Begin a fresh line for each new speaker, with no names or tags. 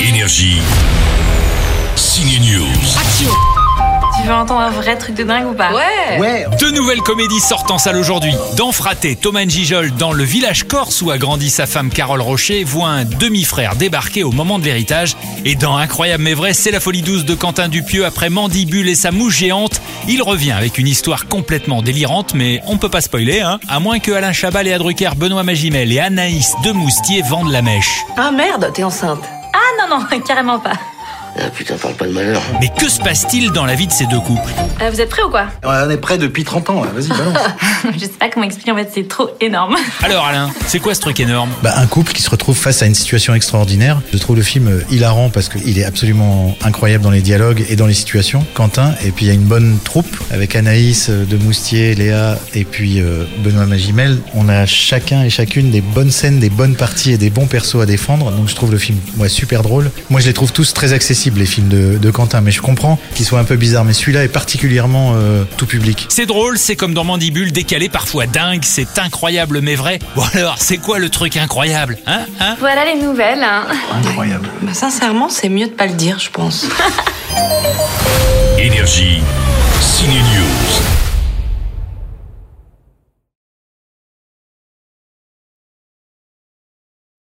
Énergie. Signe News.
Tu veux entendre un vrai truc de dingue ou pas
Ouais.
Deux nouvelles comédies sortent en salle aujourd'hui. Dans Fraté, Thomas Gijol, dans le village corse où a grandi sa femme Carole Rocher, voit un demi-frère débarquer au moment de l'héritage. Et dans Incroyable mais vrai, c'est la folie douce de Quentin Dupieux après Mandibule et sa mouche géante. Il revient avec une histoire complètement délirante, mais on peut pas spoiler, hein, à moins que Alain Chabat, Léa Drucker, Benoît Magimel et Anaïs Demoustier vendent la mèche.
Ah merde, t'es enceinte.
Ah non, non, carrément pas.
Ah putain, parle pas de malheur.
Mais que se passe-t-il dans la vie de ces deux couples
Euh, vous êtes prêts ou quoi
On est prêt depuis 30 ans, là. vas-y, balance.
Je sais pas comment expliquer, en fait, c'est trop énorme.
Alors Alain, c'est quoi ce truc énorme
Bah, un couple qui se retrouve face à une situation extraordinaire. Je trouve le film euh, hilarant parce qu'il est absolument incroyable dans les dialogues et dans les situations. Quentin, et puis il y a une bonne troupe avec Anaïs euh, de Moustier, Léa et puis euh, Benoît Magimel. On a chacun et chacune des bonnes scènes, des bonnes parties et des bons persos à défendre. Donc je trouve le film ouais, super drôle. Moi je les trouve tous très accessibles les films de, de Quentin, mais je comprends qu'ils soient un peu bizarres. Mais celui-là est particulièrement euh, tout public.
C'est drôle, c'est comme dans Mandibule, décalé, parfois dingue, c'est incroyable mais vrai. Bon alors, c'est quoi le truc incroyable Hein Hein
Voilà les nouvelles. hein.
Incroyable.
Bah, sincèrement, c'est mieux de pas le dire, je pense.
Énergie.